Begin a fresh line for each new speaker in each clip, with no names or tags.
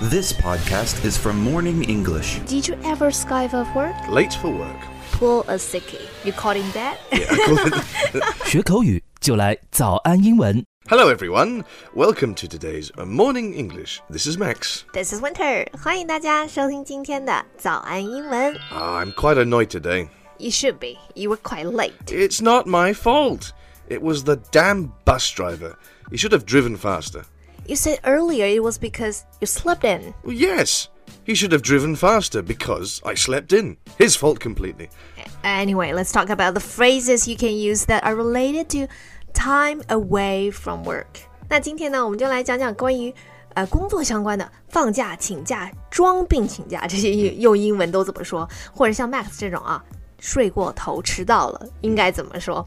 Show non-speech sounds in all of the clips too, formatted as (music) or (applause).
This podcast is from Morning English.
Did you ever skive off work?
Late for work. (laughs)
Pull a sickie. You calling that?
Yeah, I call it-
学口语就来早安英文。
Hello, everyone. Welcome to today's Morning English. This is Max.
(laughs) This is Winter. 欢迎大家收听今天的早安英文。
Ah, I'm quite annoyed today.
You should be. You were quite late.
It's not my fault. It was the damn bus driver. He should have driven faster.
You said earlier it was because you slept in.
Well, yes, he should have driven faster because I slept in. His fault completely.
Anyway, let's talk about the phrases you can use that are related to time away from work. 那今天呢，我们就来讲讲关于呃工作相关的放假、请假、装病请假这些用用英文都怎么说，或者像 Max 这种啊睡过头迟到了应该怎么说？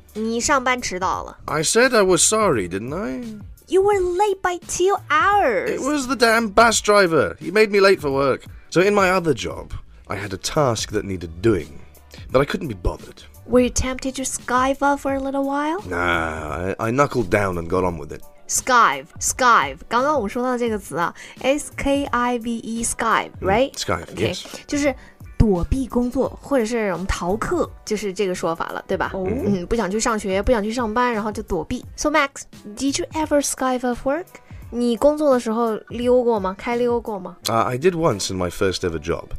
你上班迟到了。
I said I was sorry, didn't I?
You were late by two hours.
It was the damn bus driver. He made me late for work. So in my other job, I had a task that needed doing, but I couldn't be bothered.
Were you tempted to skive off for a little while?
Nah, I, I knuckled down and got on with it.
Skive, skive。刚刚我们说到这个词啊，S K I V E skive, right?
skive,
OK，
Mm, yes.
就是躲避工作或者是我们逃课，就是这个说法了，对吧？嗯，不想去上学，不想去上班，然后就躲避。So Max, did you ever skive off work? 你工作的时候溜过吗？开溜过吗？
Uh, I did once in my first ever job,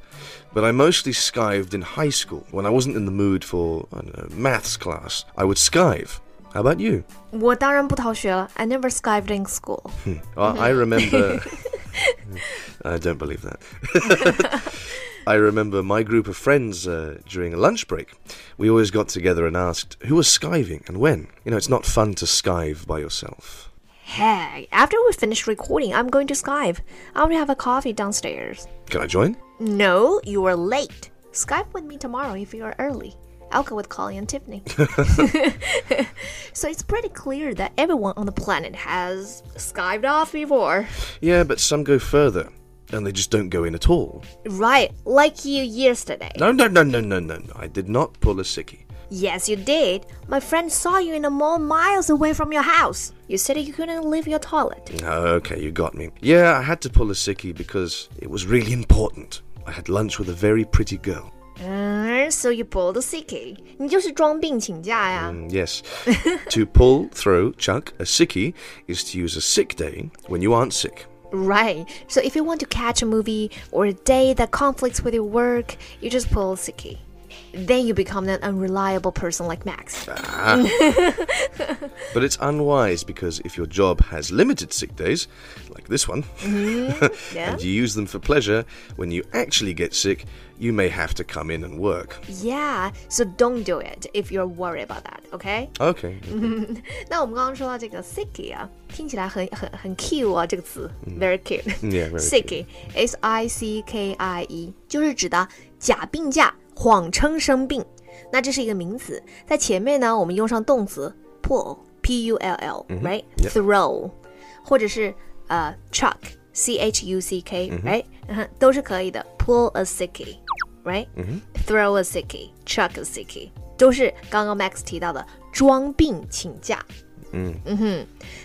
but I mostly skived in high school when I wasn't in the mood for I don't know, maths class. I would skive. How about you?
我当然不逃学了，I never skived in school。
Oh, I I remember. I don't believe that. (laughs) I remember my group of friends uh, during a lunch break. We always got together and asked who was skiving and when. You know, it's not fun to skive by yourself.
Hey, after we finish recording, I'm going to skive. I want to have a coffee downstairs.
Can I join?
No, you are late. Skype with me tomorrow if you are early. I'll go with Colin and Tiffany. so it's pretty clear that everyone on the planet has skived off before.
Yeah, but some go further and they just don't go in at all.
Right, like you yesterday.
No, no, no, no, no, no. no. I did not pull a sickie.
Yes, you did. My friend saw you in a mall miles away from your house. You said you couldn't leave your toilet.
No, okay, you got me. Yeah, I had to pull a sickie because it was really important. I had lunch with a very pretty girl.
Uh, so you pulled a sickie. 你就是装病请假呀。
Mm, Yes. (laughs) to pull, throw, chuck a sickie is to use a sick day when you aren't sick.
Right. So if you want to catch a movie or a day that conflicts with your work, you just pull a sickie. Then you become an unreliable person like Max.
But it's unwise because if your job has limited sick days, like this one,
Yeah.
(laughs) and you use them for pleasure, when you actually get sick, you may have to come in and work.
Yeah. So don't do it if you're worried about that. Okay.
Okay.
那我们刚刚说到这个 sicky 啊，听起来很很很 cute 啊，这个词、very cute。
嗯 (laughs) Yeah, very
sicky s i c k i e 就是指的假病假，谎称生病。那这是一个名词，在前面呢，我们用上动词 pull p u l l
嗯
right
Yep
throw，或者是呃 chuck c h u c k right 嗯哼都是可以的。pull a sicky right throw a sicky chuck a sicky 都是刚刚 Max 提到的装病请假。嗯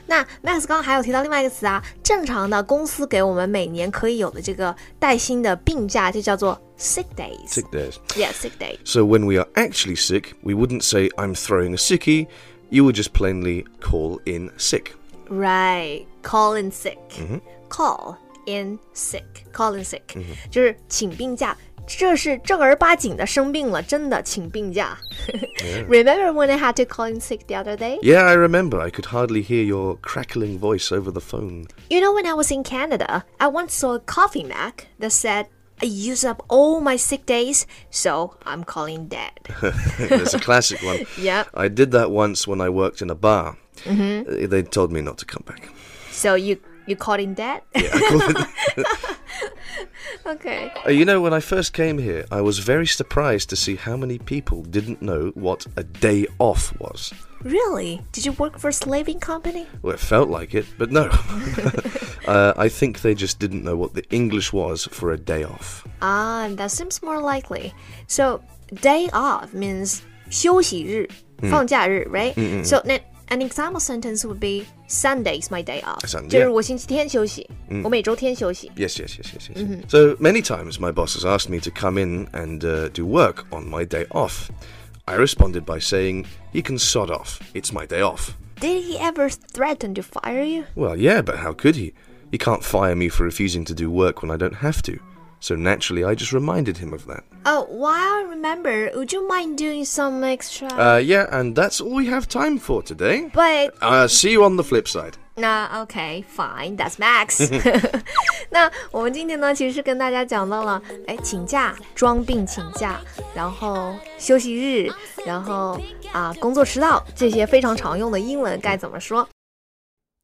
那 Max 刚刚还有提到另外一个词啊，正常的公司给我们每年可以有的这个带薪的病假就叫做 sick days。
Sick days.
Yeah, sick day.
So when we are actually sick, we wouldn't say, I'm throwing a sickie. You would just plainly call in sick.
Right. Call in sick. Call in sick. Call in sick，、就是请病假。这是正儿八经的生病了，真的请病假。Remember when I had to call in sick the other day?
Yeah, I remember. I could hardly hear your crackling voice over the phone.
You know, when I was in Canada, I once saw a coffee mug that said, I used up all my sick days, so I'm calling (laughs) dead.
That's a classic one.
Yep.
I did that once when I worked in a bar. Mm-hmm. They told me not to come back.
(laughs) So you you called in dead?
Yeah, I called it-
Okay.
Uh, You know, when I first came here, I was very surprised to see how many people didn't know what a day off was.
Really? Did you work for a slaving company?
Well, it felt like it, but no. (laughs) uh, I think they just didn't know what the English was for a day off.
Ah, that seems more likely. So day off means 休息日,放假日, right? So then an example sentence would be Sunday's my day off.
Sunday.
就是我星期天休息,我每周天休息.
Yes, yes, yes, yes, yes. So many times my boss has asked me to come in and uh, do work on my day off. I responded by saying, "You can sod off. It's my day off."
Did he ever threaten to fire you?
Well, yeah, but how could he? He can't fire me for refusing to do work when I don't have to. So naturally, I just reminded him of that.
Oh, while I remember, would you mind doing some extra?
Uh, yeah, and that's all we have time for today.
but
Uh, see you on the flip side.
那 OK fine that's Max (laughs) 那我们今天呢，其实是跟大家讲到了，哎，请假、装病请假，然后休息日，然后啊、工作迟到这些非常常用的英文该怎么说？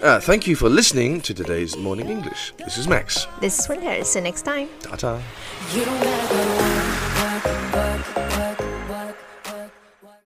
Uh, thank you for listening to today's Morning English. This is Max.
This is Winter. See you next time.
Ta ta.
You don't gotta go work, work,